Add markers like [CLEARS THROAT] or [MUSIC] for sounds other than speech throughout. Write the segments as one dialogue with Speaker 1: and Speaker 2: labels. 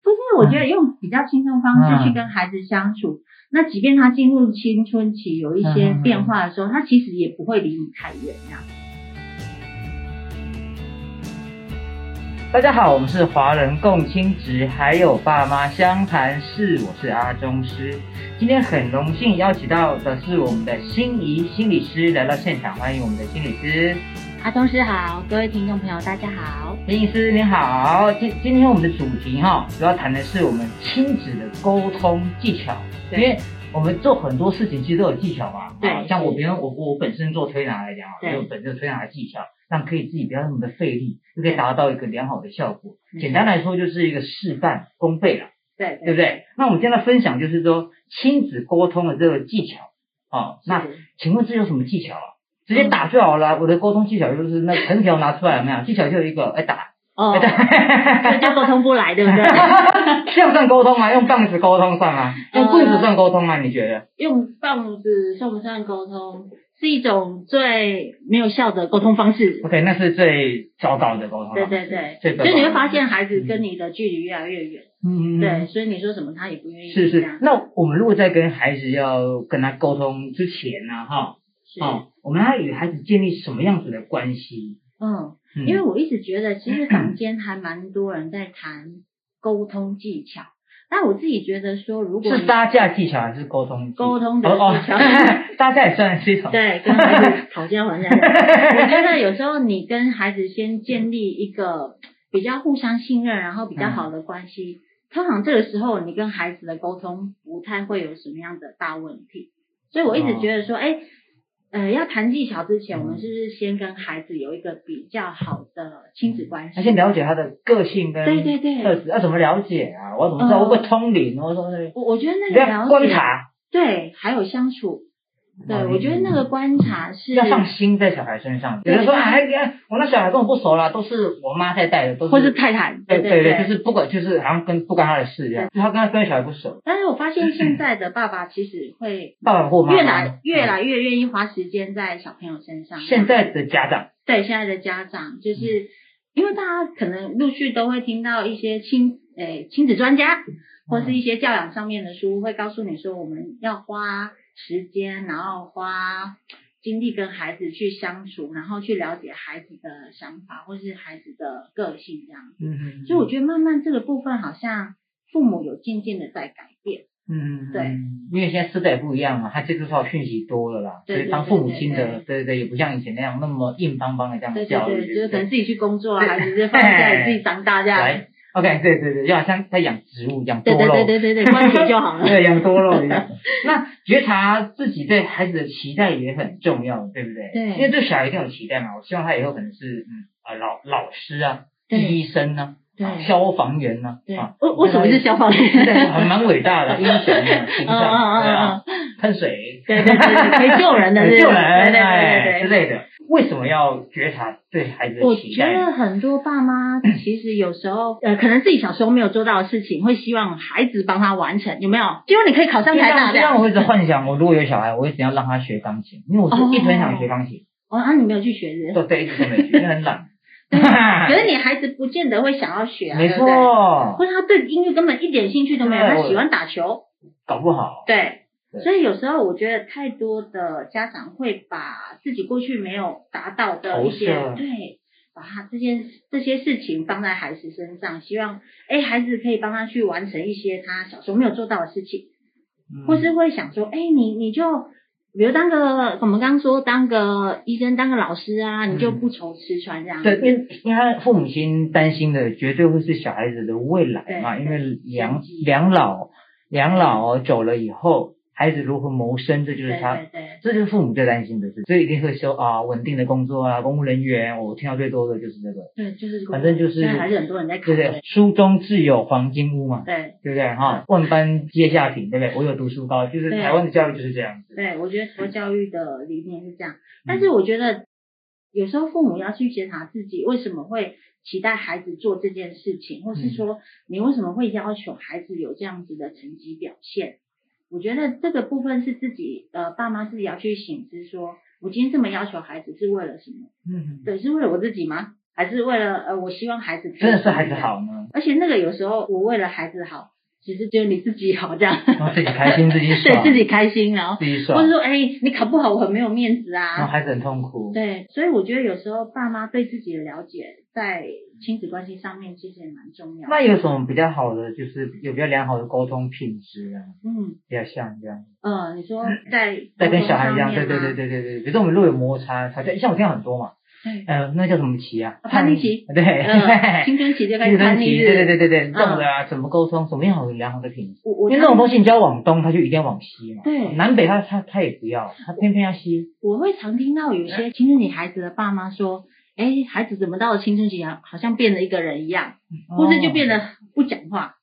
Speaker 1: 觉
Speaker 2: 嗯
Speaker 1: 得用比较轻松方式去跟孩子相处。那即便他进入青春期有一些
Speaker 3: 嗯
Speaker 1: 变化的时候，他其实也不会离你太远呀、
Speaker 3: 大家好，我们是华人共亲职，还有爸妈相谈室，我是阿中师。今天很荣幸邀请到的是我们的心仪心理师来到现场，欢迎我们的心理师。
Speaker 2: 阿东师好，各位听众朋友大家好。
Speaker 3: 林医师您好，今今天我们的主题哈、主要谈的是我们亲子的沟通技巧，因
Speaker 2: 对
Speaker 3: 为我们做很多事情其实都有技巧嘛。
Speaker 2: 对
Speaker 3: 啊像我别人我我本身做推拿来讲啊，
Speaker 2: 对
Speaker 3: 我本身推拿的技巧，让可以自己不要那么的费力，就可以达到一个良好的效果。
Speaker 2: 没错
Speaker 3: 简单来说就是一个事半功倍啦，
Speaker 1: 对
Speaker 3: 对不对？那我们今天的分享就是说亲子沟通的这个技巧啊、那
Speaker 2: 是嗯
Speaker 3: 请问这有什么技巧啊？直接打就好了啊。我的沟通技巧就是那藤条拿出来有没有？技巧就有一个，哎打。 [LAUGHS]
Speaker 2: 哦， [LAUGHS] 这叫沟通不来，对不对？ [LAUGHS]
Speaker 3: 这样算沟通吗？用棒子沟通算吗？用棍子算沟通吗？你觉得？
Speaker 2: 用棒子算不算沟通？是一种最没有效的沟通方式。
Speaker 3: OK，那是最糟糕的沟通。
Speaker 2: 对对对，
Speaker 3: 最糟
Speaker 2: 所
Speaker 3: 糕的
Speaker 2: 以你会发现孩子跟你的距离越来越远。
Speaker 3: 嗯，嗯
Speaker 2: 对，，所以你说什么他也不愿意
Speaker 3: 嗯是
Speaker 2: 听
Speaker 3: 是
Speaker 2: 啊。。
Speaker 3: 那我们如果在跟孩子要跟他沟通之前呢、哈，
Speaker 2: 是
Speaker 3: 哦，我们要与孩子建立什么样子的关系？
Speaker 2: 嗯，
Speaker 3: 嗯
Speaker 2: 因为我一直觉得，其实
Speaker 3: [CLEARS THROAT]
Speaker 2: 坊间还蛮多人在谈沟通技巧，但我自己觉得说，如果
Speaker 3: 是
Speaker 2: 你
Speaker 3: 搭架技巧还是沟通技巧？
Speaker 2: 沟通的
Speaker 3: 哦哦
Speaker 2: 技巧，
Speaker 3: [LAUGHS] 搭架也算是一种。 [LAUGHS]
Speaker 2: 对，跟孩子讨价还价。我觉得有时候你跟孩子先建立一个比较互相信任，然后比较好的关系，通常这个时候你跟孩子的沟通不太会有什么样的大问题。所以我一直觉得说，哎、呃，要谈技巧之前，
Speaker 3: 哦嗯
Speaker 2: 我们是不是先跟孩子有一个比较好的亲子关系？
Speaker 3: 他先了解他的个性跟
Speaker 2: 对对对
Speaker 3: 特质，要怎么了解啊？我要怎么知
Speaker 2: 嗯
Speaker 3: 道？我会不会通灵？我说那
Speaker 2: 我我觉得那
Speaker 3: 你
Speaker 2: 个了
Speaker 3: 要
Speaker 2: 解，
Speaker 3: 观察，
Speaker 2: 对，还有相处，对、
Speaker 3: 嗯
Speaker 2: 我觉得那个观察是
Speaker 3: 要放心在小孩身上。有
Speaker 2: 对
Speaker 3: 人说，
Speaker 2: 对
Speaker 3: 哎呀，我那小孩跟我不熟啦，都是我妈在带的，都是
Speaker 2: 或是太太，
Speaker 3: 对
Speaker 2: 对
Speaker 3: 对对，就是不管就是好像跟不干他的事一样，就他跟他跟小孩不熟，
Speaker 2: 但是我发现现在的爸爸其实会
Speaker 3: 爸爸或 [LAUGHS] 妈妈
Speaker 2: 越来越。来越愿意花时间在小朋友身上。
Speaker 3: 现在的家长，
Speaker 2: 对现在的家长，就是因为大家可能陆续都会听到一些亲诶、亲子专家或
Speaker 3: 嗯
Speaker 2: 是一些教养上面的书，会告诉你说我们要花时间，然后花精力跟孩子去相处，然后去了解孩子的想法或是孩子的个性这样。
Speaker 3: 嗯，
Speaker 2: 所以我觉得慢慢这个部分好像父母有渐渐的在改变。
Speaker 3: 嗯，
Speaker 2: 对，
Speaker 3: 因为现在时代不一样嘛，他接触到讯息多了啦，
Speaker 2: 对
Speaker 3: 所
Speaker 2: 对
Speaker 3: 以当
Speaker 2: 对
Speaker 3: 父母
Speaker 2: 对
Speaker 3: 亲的，对对对，也不像以前那样那么硬邦邦的这
Speaker 2: 对
Speaker 3: 样
Speaker 2: 对
Speaker 3: 教育，
Speaker 2: 对，就是可能
Speaker 3: 对哎
Speaker 2: 自己去工作啊，还是就放假里自己长大这样。
Speaker 3: 来，OK，对对对，就好像在养植物，养多
Speaker 2: 对对
Speaker 3: 肉
Speaker 2: 对对对对，关系就好了。
Speaker 3: [LAUGHS] 对，养多肉一样。那觉察自己对孩子的期待也很重要，对不对？
Speaker 2: 对
Speaker 3: 因为对小孩一定有期待嘛。我希望他以后可能是嗯啊老老师啊，
Speaker 2: 对
Speaker 3: 医生呢、
Speaker 2: 对
Speaker 3: 啊消防员呢、
Speaker 2: 对
Speaker 3: 啊，，
Speaker 2: 为为什么是消嗯防员？[LAUGHS]
Speaker 3: 对，还蛮伟大的英雄啊，形象，对啊，喷水，
Speaker 2: 对对对对，可以救人的，
Speaker 3: [LAUGHS] 呃
Speaker 2: 是不是
Speaker 3: 救人，
Speaker 2: 对对
Speaker 3: 哎
Speaker 2: 对对
Speaker 3: 之
Speaker 2: 对。
Speaker 3: 类的。为什么要觉察对孩子
Speaker 2: 我
Speaker 3: 的期
Speaker 2: 觉
Speaker 3: 待呢？
Speaker 2: 得很多爸
Speaker 3: [LAUGHS]
Speaker 2: 妈其实有时候，呃，可能自己小时候没有做到的事情，会希望孩子帮他完成，有没有？希望你可以考上
Speaker 3: 就
Speaker 2: 台大
Speaker 3: 让
Speaker 2: 这
Speaker 3: 就
Speaker 2: 样。
Speaker 3: 让我一直幻想，我如果有小孩，我一直要让他学钢琴，因为我是一直很想学钢琴，
Speaker 2: 哦，啊，你没有去学是不
Speaker 3: 都
Speaker 2: 是？
Speaker 3: 对，一直都没学，因为很懒。 [LAUGHS]
Speaker 2: 可是你孩子不见得会想要学啊，
Speaker 3: 没
Speaker 2: 对不对？
Speaker 3: 错，
Speaker 2: 或者他对音乐根本一点兴趣都没有，
Speaker 3: 对
Speaker 2: 他
Speaker 3: 我
Speaker 2: 喜欢打球，
Speaker 3: 搞不好，
Speaker 2: 对
Speaker 3: 对，
Speaker 2: 所以有时候我觉得太多的家长会把自己过去没有达到的一些
Speaker 3: 投射
Speaker 2: 对，把他这件这些事情放在孩子身上，希望哎孩子可以帮他去完成一些他小时候没有做到的事情，
Speaker 3: 嗯
Speaker 2: 或是会想说哎你你就。比如当个我们刚刚说当个医生、当个老师啊，你就
Speaker 3: 嗯
Speaker 2: 不愁吃穿这样。
Speaker 3: 对，因为因为他父母亲担心的绝对会是小孩子的未来
Speaker 2: 对
Speaker 3: 嘛，
Speaker 2: 对
Speaker 3: 因为养
Speaker 2: 养鸡
Speaker 3: 养老养老走了以后，孩子如何谋生，这就
Speaker 2: 对
Speaker 3: 是他。
Speaker 2: 对对，
Speaker 3: 这就是父母最担心的事，所以一定会说啊，稳定的工作啊，公务人员，我听到最多的就是这个，
Speaker 2: 对就是
Speaker 3: 反正就是
Speaker 2: 现在还是很多人在
Speaker 3: 对
Speaker 2: 看
Speaker 3: 不对？书中自有黄金屋嘛，
Speaker 2: 对
Speaker 3: 对不对？哈，万般皆下品，对不对？我有读书高，就是
Speaker 2: 嗯对
Speaker 3: 台湾的教育就是这样子。
Speaker 2: 对，我觉得佛教育的理念是这样，但是我觉得有时候父母要去觉察自己为什么会期待孩子做这件事情，或是说你为什么会要求孩子有这样子的成绩表现。我觉得这个部分是自己呃爸妈自己要去醒思说，我今天这么要求孩子是为了什么？
Speaker 3: 嗯，
Speaker 2: 对，是为了我自己吗？还是为了呃我希望孩子可以
Speaker 3: 真的是孩子好呢，
Speaker 2: 而且那个有时候我为了孩子好，其实只有你自己好 [LAUGHS] 这样，
Speaker 3: 然后自己开心，自
Speaker 2: [LAUGHS]
Speaker 3: 己
Speaker 2: 对
Speaker 3: 爽，
Speaker 2: 自己开心，然后
Speaker 3: 自己
Speaker 2: 或
Speaker 3: 爽
Speaker 2: 者，说哎、你考不好我很没有面子
Speaker 3: 然后
Speaker 2: 啊，
Speaker 3: 孩子很痛苦。
Speaker 2: 对，所以我觉得有时候爸妈对自己的了解，在亲子关系上面其实也蛮重要的。
Speaker 3: 那有什么比较好的，就是有比较良好的沟通品质啊？
Speaker 2: 嗯
Speaker 3: 比较像这样，
Speaker 2: 呃，你说在
Speaker 3: 再嗯跟小孩一样，
Speaker 2: 沟
Speaker 3: 对
Speaker 2: 通
Speaker 3: 对
Speaker 2: 上面
Speaker 3: 对
Speaker 2: 啊
Speaker 3: 对对对。比如说我们如果有摩擦吵架，像我听到很多嘛，
Speaker 2: 对，
Speaker 3: 呃，那叫什么棋啊？
Speaker 2: 啊叛逆期
Speaker 3: 对，
Speaker 2: 嗯，青春期就开
Speaker 3: 竞
Speaker 2: 始
Speaker 3: 争
Speaker 2: 叛逆
Speaker 3: 期，
Speaker 2: 日，
Speaker 3: 对对对对对，这种的啊，怎么沟通，怎么样有良好的品质？
Speaker 2: 我我
Speaker 3: 因为这种东西，你就要往东，他就一定要往西嘛。
Speaker 2: 对
Speaker 3: 南北他他他也不要，他偏偏要西。
Speaker 2: 我会常听到有些青春期孩子的爸妈说，哎，孩子怎么到了青春期啊，好像变了一个人一样，或是就变得不讲话。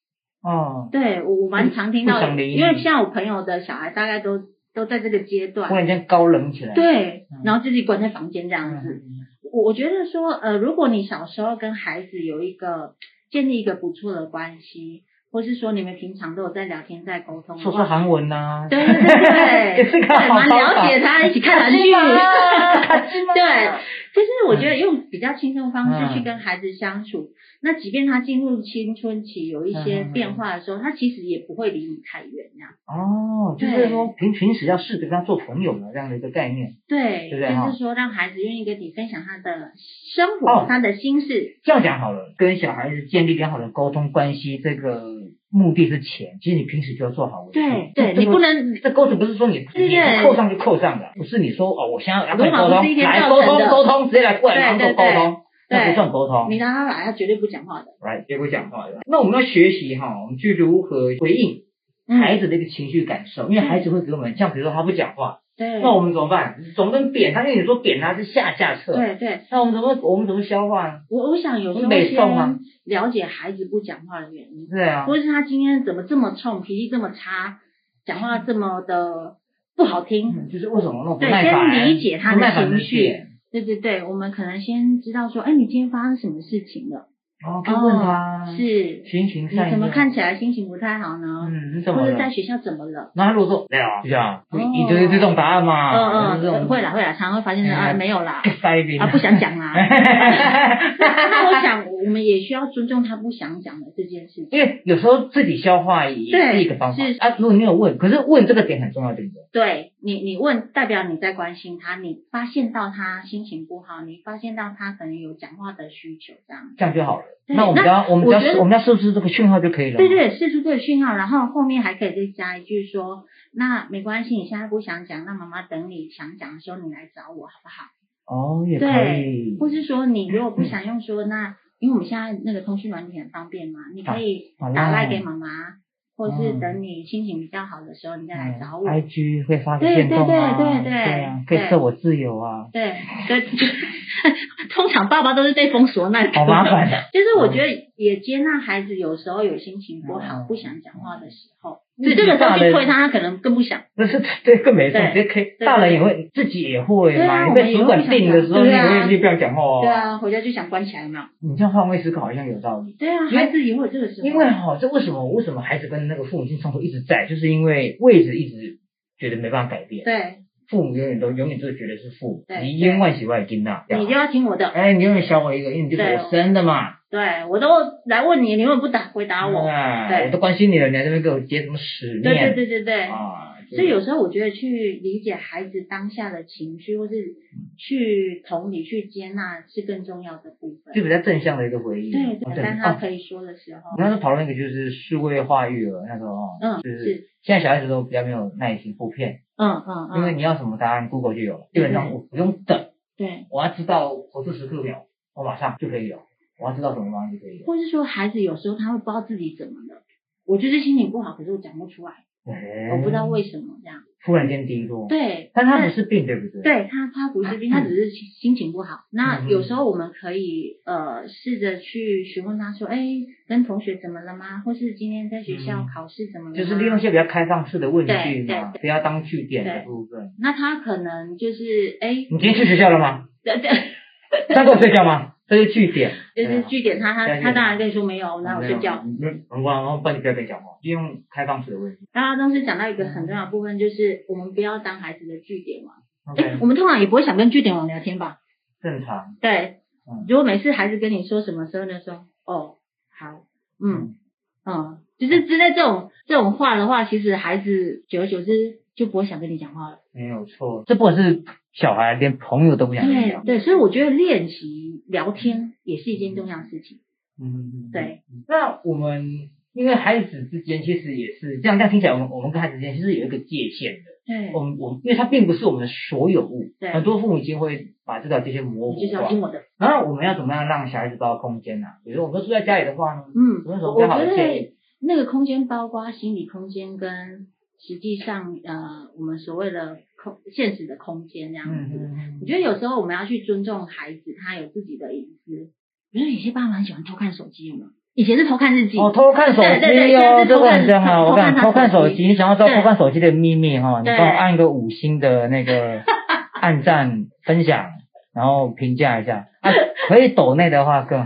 Speaker 3: 哦，
Speaker 2: 对我我蛮常听到
Speaker 3: 不想
Speaker 2: 的，
Speaker 3: 理你
Speaker 2: 因为像我朋友的小孩大概都都在这个阶
Speaker 3: 哦忽
Speaker 2: 段，
Speaker 3: 然间高冷起来。
Speaker 2: 对
Speaker 3: 嗯，
Speaker 2: 然后自己关在房间这样子。
Speaker 3: 嗯，
Speaker 2: 我我觉得说，呃，如果你小时候跟孩子有一个建立一个不错的关系，或是说你们平常都有在聊天、在沟通的
Speaker 3: 说
Speaker 2: 话，
Speaker 3: 说韩文呐，
Speaker 2: 对对
Speaker 3: [LAUGHS]
Speaker 2: 对
Speaker 3: 也是
Speaker 2: 对，
Speaker 3: 个好
Speaker 2: 蛮
Speaker 3: 方法
Speaker 2: 了解他，一起看韩剧。 [LAUGHS] 对，就是我觉
Speaker 3: 嗯
Speaker 2: 得用比较轻松的方式去跟孩子相处，那即便他进入青春期有一些
Speaker 3: 嗯
Speaker 2: 变化的时候，他其实也不会离你太远那样。
Speaker 3: 哦，就是说平平时要试着跟他做朋友的这样的一个概念。
Speaker 2: 对，
Speaker 3: 对不对哈
Speaker 2: 就是说让孩子愿意跟你分享他的生活、
Speaker 3: 哦
Speaker 2: 他的心事。
Speaker 3: 这样讲好了，跟小孩子建立良好的沟通关系，这个目的是前，其实你平时就要做好维护。
Speaker 2: 对对，
Speaker 3: 这
Speaker 2: 你
Speaker 3: 个
Speaker 2: 不能
Speaker 3: 这钩子不是说你
Speaker 2: 对
Speaker 3: 你
Speaker 2: 对
Speaker 3: 扣上就扣上的，不是你说哦，我现在要跟你沟
Speaker 2: 罗马不是一
Speaker 3: 通，
Speaker 2: 天
Speaker 3: 来
Speaker 2: 造
Speaker 3: 沟
Speaker 2: 成
Speaker 3: 通
Speaker 2: 的
Speaker 3: 沟通，直接来过来然后
Speaker 2: 对对
Speaker 3: 沟通，
Speaker 2: 对
Speaker 3: 那不算沟
Speaker 2: 你
Speaker 3: 通，
Speaker 2: 让他来，他绝对不讲话的。
Speaker 3: 来别会讲话的。那我们要学习哈，我们去如何回应哦孩
Speaker 2: 子，
Speaker 3: 子的一个情绪感受，因为孩子会给我们，像比如说他不讲话，
Speaker 2: 嗯对，
Speaker 3: 那我们怎么办？总不能扁他，因为你说扁他是下下策，
Speaker 2: 对对，
Speaker 3: 那我们怎么我们怎么消化呢？
Speaker 2: 我我想有时候
Speaker 3: 北宋啊
Speaker 2: 先了解孩子不讲话的原因，
Speaker 3: 对啊，
Speaker 2: 或是他今天怎么这么冲，脾气这么差，讲话这么的不好听。
Speaker 3: 嗯就是为什么那种不
Speaker 2: 对
Speaker 3: 耐
Speaker 2: 先
Speaker 3: 烦，
Speaker 2: 理解他
Speaker 3: 不
Speaker 2: 的
Speaker 3: 耐烦
Speaker 2: 情绪
Speaker 3: 点，
Speaker 2: 对对对，我们可能先知道说，哎，你今天发生什么事情了？
Speaker 3: 然后去问
Speaker 2: 哦
Speaker 3: 他，
Speaker 2: 是
Speaker 3: 循循嗯善
Speaker 2: 你
Speaker 3: 诱，
Speaker 2: 怎么看起来心情不太好呢？
Speaker 3: 嗯，你怎么
Speaker 2: 或
Speaker 3: 了
Speaker 2: 者在学校怎么了？
Speaker 3: 那他如果说没有啊，就这样，
Speaker 2: 哦
Speaker 3: 你就是这种答案嘛，
Speaker 2: 嗯
Speaker 3: 啊就是这
Speaker 2: 嗯，
Speaker 3: 种
Speaker 2: 会啦会啦，常常会发现说
Speaker 3: 哎哎
Speaker 2: 啊没有啦，
Speaker 3: 塞宾
Speaker 2: 啊不想讲啊啦。 [LAUGHS]
Speaker 3: [LAUGHS]
Speaker 2: 那我
Speaker 3: 因
Speaker 2: 想我们也需要尊重他不想讲的这件事情。
Speaker 3: 为有时候自己消化也是一个方法
Speaker 2: 对是
Speaker 3: 啊。如果你有问，可是问这个点很重要，对不对？
Speaker 2: 对你，你问代表你在关心他，你发现到他心情不好，你发现到他可能有讲话的需求，这样。
Speaker 3: 这样就好了。
Speaker 2: 对
Speaker 3: 那我们只要我们只
Speaker 2: 我觉
Speaker 3: 要
Speaker 2: 得
Speaker 3: 我们要设置这个讯号就可以了。
Speaker 2: 对，对，试出这个讯号，然后后面还可以再加一句说，那没关系，你现在不想讲，那妈妈等你想讲的时候你来找我，好不好？
Speaker 3: 哦，也可
Speaker 2: 对
Speaker 3: 以，。
Speaker 2: 或是说你如果不想用说，那因为我们现在那个通讯软体很方便嘛，你可以
Speaker 3: 打
Speaker 2: 打
Speaker 3: 打
Speaker 2: 赖
Speaker 3: line
Speaker 2: 给妈妈，或
Speaker 3: 嗯
Speaker 2: 是等你心情比较好的时候你再来找我。
Speaker 3: 哎 I G 会发个线动啊，
Speaker 2: 对对对对
Speaker 3: 啊，可
Speaker 2: 对
Speaker 3: 以设我自由啊，
Speaker 2: 对，对， [LAUGHS] 通常爸爸都是被封锁那个。[LAUGHS]
Speaker 3: 好麻烦啊。
Speaker 2: 就是我觉得也接纳孩子有时候有心情不好、
Speaker 3: 嗯
Speaker 2: 不想讲话的时候，
Speaker 3: 嗯
Speaker 2: 你这个时候去推他，他可能更不想。
Speaker 3: 那是对，更没错，
Speaker 2: 对
Speaker 3: 这可以，
Speaker 2: 对
Speaker 3: 大人也会，自己也会
Speaker 2: 对
Speaker 3: 嘛。
Speaker 2: 啊我
Speaker 3: 你
Speaker 2: 们
Speaker 3: 被
Speaker 2: 也
Speaker 3: 主
Speaker 2: 会
Speaker 3: 管
Speaker 2: 想
Speaker 3: 定的时候，你
Speaker 2: 对
Speaker 3: 也
Speaker 2: 啊
Speaker 3: 会就不想讲话哦。
Speaker 2: 对啊，回家就想关起来嘛。
Speaker 3: 你这样换位思考好像有道理。
Speaker 2: 对啊，
Speaker 3: 因为
Speaker 2: 孩子也会有这个时候。
Speaker 3: 因为哈、这为什么为什么孩子跟那个父母亲冲突一直在，就是因为位置一直觉得没办法改变，
Speaker 2: 对，
Speaker 3: 父母永远都永远都觉得是父母，
Speaker 2: 对
Speaker 3: 你冤万喜外金呐，
Speaker 2: 你就要听我的。
Speaker 3: 哎，你永远小我一个，因为你就是
Speaker 2: 对
Speaker 3: 我生的嘛，
Speaker 2: 对我都来问你，你为什么不打回答我？
Speaker 3: 啊，
Speaker 2: 对
Speaker 3: 我都关心你了，你还在那边给我接什么屎
Speaker 2: 对对
Speaker 3: 面？
Speaker 2: 对对对。
Speaker 3: 啊，
Speaker 2: 所以有时候我觉得去理解孩子当下的情绪，或是去同理、去接纳，是更重要的部分。
Speaker 3: 就比较正向的一个回忆。
Speaker 2: 对，
Speaker 3: 哦
Speaker 2: 对
Speaker 3: 对
Speaker 2: 当他
Speaker 3: 哦
Speaker 2: 可以说的时候
Speaker 3: 我，们那时候讨论一个就是数位化育儿，那时候哦
Speaker 2: 嗯，
Speaker 3: 就是
Speaker 2: 是，
Speaker 3: 现在小孩子都比较没有耐心不骗，
Speaker 2: 嗯嗯
Speaker 3: 因为
Speaker 2: 嗯，
Speaker 3: 你要什么答案 Google 就有了，基本上我不用等。
Speaker 2: 对。
Speaker 3: 我要知道我这时刻表，我马上就可以有；我要知道什么方式就可以有。
Speaker 2: 或是说孩子有时候他会不知道自己怎么了，我就是心情不好，可是我讲不出来，我
Speaker 3: 我
Speaker 2: 不知道为什么这样。
Speaker 3: 哎突然间低落，，
Speaker 2: 对，
Speaker 3: 但他不是病，对不对？，
Speaker 2: 对他他不是病，他只是心心情不好。那
Speaker 3: 嗯
Speaker 2: 有时候我们可以呃试着去询问他说，哎，跟同学怎么了吗？或是今天在学校
Speaker 3: 嗯
Speaker 2: 考试怎么了吗？
Speaker 3: 就是利用一些比较开放式的问句
Speaker 2: 对
Speaker 3: 嘛，
Speaker 2: 对
Speaker 3: 不要当据点的
Speaker 2: 对
Speaker 3: 部分。
Speaker 2: 那他可能就是哎，
Speaker 3: 你今天去学校了吗？
Speaker 2: 这这
Speaker 3: 上课有睡觉吗？这是据
Speaker 2: [LAUGHS]
Speaker 3: 点，
Speaker 2: 就是据点他
Speaker 3: 对
Speaker 2: 他
Speaker 3: 啊
Speaker 2: 他当然跟你说没有，
Speaker 3: 然
Speaker 2: 那
Speaker 3: 后
Speaker 2: 我睡觉。
Speaker 3: 我我帮你不要跟你讲话，利用开放式的问句。
Speaker 2: 然后当时讲到一个很重要的部分，就是我们不要当孩子的据点王。哎
Speaker 3: OK，，
Speaker 2: 我们通常也不会想跟据点王聊天吧？
Speaker 3: 正常。
Speaker 2: 对
Speaker 3: 嗯，
Speaker 2: 如果每次孩子跟你说什么时候呢，说哦好，嗯嗯，就是之类这种这种话的话，其实孩子久而久之就不会想跟你讲话了。
Speaker 3: 没有错，这不管是小孩，连朋友都不想跟你
Speaker 2: 对
Speaker 3: 聊。
Speaker 2: 对，所以我觉得练习聊天也是一件重要的事情。
Speaker 3: 嗯，
Speaker 2: 对。
Speaker 3: 那我们因为孩子之间其实也是这样，这样听起来，我们我们跟孩子之间其实有一个界限的。
Speaker 2: 对
Speaker 3: 我们我们因为他并不是我们的所有物，
Speaker 2: 对
Speaker 3: 很多父母亲会把这条界限模糊
Speaker 2: 你就是要
Speaker 3: 化。
Speaker 2: 听我的。
Speaker 3: 然后我们要怎么样让小孩子知道空间呢、比如说我们都住在家里的话呢，
Speaker 2: 嗯，
Speaker 3: 有没有什么
Speaker 2: 我
Speaker 3: 比较
Speaker 2: 觉
Speaker 3: 好的建
Speaker 2: 得
Speaker 3: 议？
Speaker 2: 那个空间包括心理空间跟实际上呃我们所谓的空现实的空间这样
Speaker 3: 嗯
Speaker 2: 子。
Speaker 3: 嗯
Speaker 2: 我觉得有时候我们要去尊重孩子，他有自己的隐私。比如说有些爸妈很喜欢偷看手机，有没有？以前是偷看日记，
Speaker 3: 哦，偷看手
Speaker 2: 对对对
Speaker 3: 机
Speaker 2: 现在
Speaker 3: 哦，
Speaker 2: 是
Speaker 3: 这
Speaker 2: 偷
Speaker 3: 个
Speaker 2: 看
Speaker 3: 很香啊！
Speaker 2: 偷
Speaker 3: 我
Speaker 2: 看
Speaker 3: 看
Speaker 2: 他
Speaker 3: 偷看手
Speaker 2: 手机
Speaker 3: 机，你想要知道
Speaker 2: 对
Speaker 3: 偷看手机的秘密哈，你
Speaker 2: 对
Speaker 3: 帮我按一个五星的
Speaker 2: [LAUGHS]
Speaker 3: 那个按赞、分享，然后评价一下。
Speaker 2: [LAUGHS]
Speaker 3: 啊，可以抖内的话更好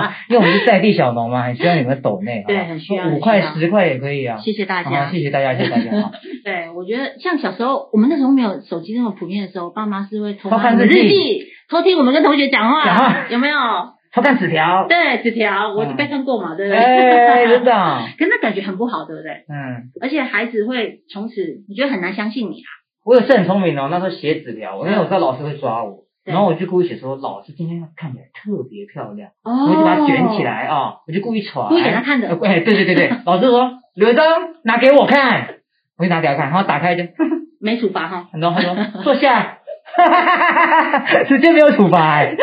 Speaker 3: 了， [LAUGHS] 因为我们是在地小农嘛，很需要你们抖内。好吧
Speaker 2: 对很需要
Speaker 3: 五
Speaker 2: 很需
Speaker 3: 块、
Speaker 2: 要
Speaker 3: 十块也可以啊。
Speaker 2: 谢谢大
Speaker 3: 好
Speaker 2: 家。
Speaker 3: 谢谢大家，谢谢大
Speaker 2: [LAUGHS]
Speaker 3: 家。好
Speaker 2: 对，我觉得像小时候，我们那时候没有手机那么普遍的时候，爸妈是会偷
Speaker 3: 偷看
Speaker 2: 我们
Speaker 3: 日
Speaker 2: 日
Speaker 3: 记
Speaker 2: 记，偷听我们跟同学讲话，
Speaker 3: 讲话
Speaker 2: 有没有？
Speaker 3: 偷看纸条，
Speaker 2: 对，纸条，我
Speaker 3: 嗯
Speaker 2: 被看过嘛，对不对？
Speaker 3: 哎，真的啊，
Speaker 2: [LAUGHS] 可是那感觉很不好，对不对？
Speaker 3: 嗯。
Speaker 2: 而且孩子会从此你觉得很难相信你啊。
Speaker 3: 我也是很聪明哦，那时候写纸条，我因为我知道老师会抓我，
Speaker 2: 对
Speaker 3: 然后我就故意写说老师今天看起来特别漂亮，
Speaker 2: 哦
Speaker 3: 我就把它卷起。来啊、我就故意传，
Speaker 2: 故意给他看的
Speaker 3: 呃哎，对对
Speaker 2: [LAUGHS]
Speaker 3: 对对，老师说刘东拿给我看，我就拿给他看，然后打开就，
Speaker 2: 没处罚
Speaker 3: [LAUGHS]
Speaker 2: 哈。
Speaker 3: 然后
Speaker 2: [LAUGHS]
Speaker 3: 他说坐下，直接没有处罚、哎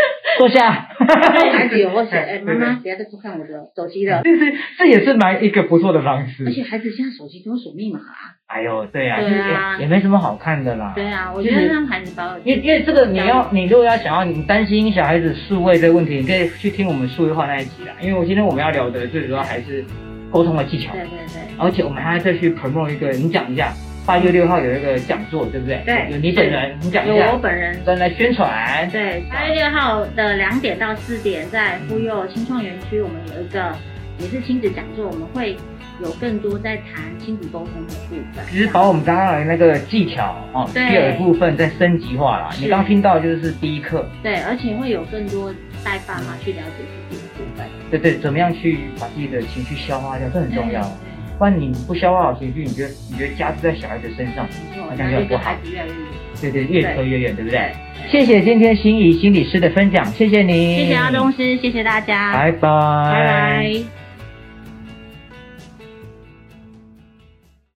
Speaker 2: [LAUGHS]
Speaker 3: 坐下，
Speaker 2: 孩子有会说，哎，
Speaker 3: 对
Speaker 2: 妈妈，不要再偷看我的手机了。
Speaker 3: 对对，这也是蛮一个不错的方
Speaker 2: 而
Speaker 3: 式。
Speaker 2: 且孩子现在手机都会锁密码啊。
Speaker 3: 哎呦，对啊，
Speaker 2: 对啊
Speaker 3: 也也没什么好看的啦。
Speaker 2: 对啊，我
Speaker 3: 就
Speaker 2: 觉
Speaker 3: 是
Speaker 2: 得让孩子把我
Speaker 3: 因为因为这个你要你如果要想要你担心小孩子数位这个问题，你可以去听我们数位化那一集啦。因为我今天我们要聊的最主要还是沟通的技巧，
Speaker 2: 对对对，
Speaker 3: 而且我们还要再去 promote 一个，你讲一下八月六号有一个讲座，对不对？
Speaker 2: 对
Speaker 3: 有你本人，你讲一
Speaker 2: 有我
Speaker 3: 下，
Speaker 2: 本人
Speaker 3: 专来宣传。
Speaker 2: 对，八月六号的两点到四点，在妇幼青创园区，我们有一个也是亲子讲座，我们会有更多在谈亲子沟通的部分。
Speaker 3: 只是把我们刚刚的那个技巧哦，第
Speaker 2: 对
Speaker 3: 二部分再升级化啦。
Speaker 2: 是
Speaker 3: 你刚听到就是第一课，
Speaker 2: 对，而且会有更多带爸妈去了解自己的部分，
Speaker 3: 对对，怎么样去把自己的情绪消化掉，这很重要啊。
Speaker 2: 对
Speaker 3: 不然你不消化好情绪，你就你就加注在小孩子身上，
Speaker 2: 没错，
Speaker 3: 好像
Speaker 2: 然
Speaker 3: 就
Speaker 2: 后就
Speaker 3: 很不
Speaker 2: 跟
Speaker 3: 好
Speaker 2: 孩。子越来越远。
Speaker 3: 对对，越扯越远，对不对
Speaker 2: 对？
Speaker 3: 谢谢今天心仪心理师的分享，谢谢你，
Speaker 2: 谢谢阿东，师，谢谢大家，
Speaker 3: 拜拜，
Speaker 2: 拜拜。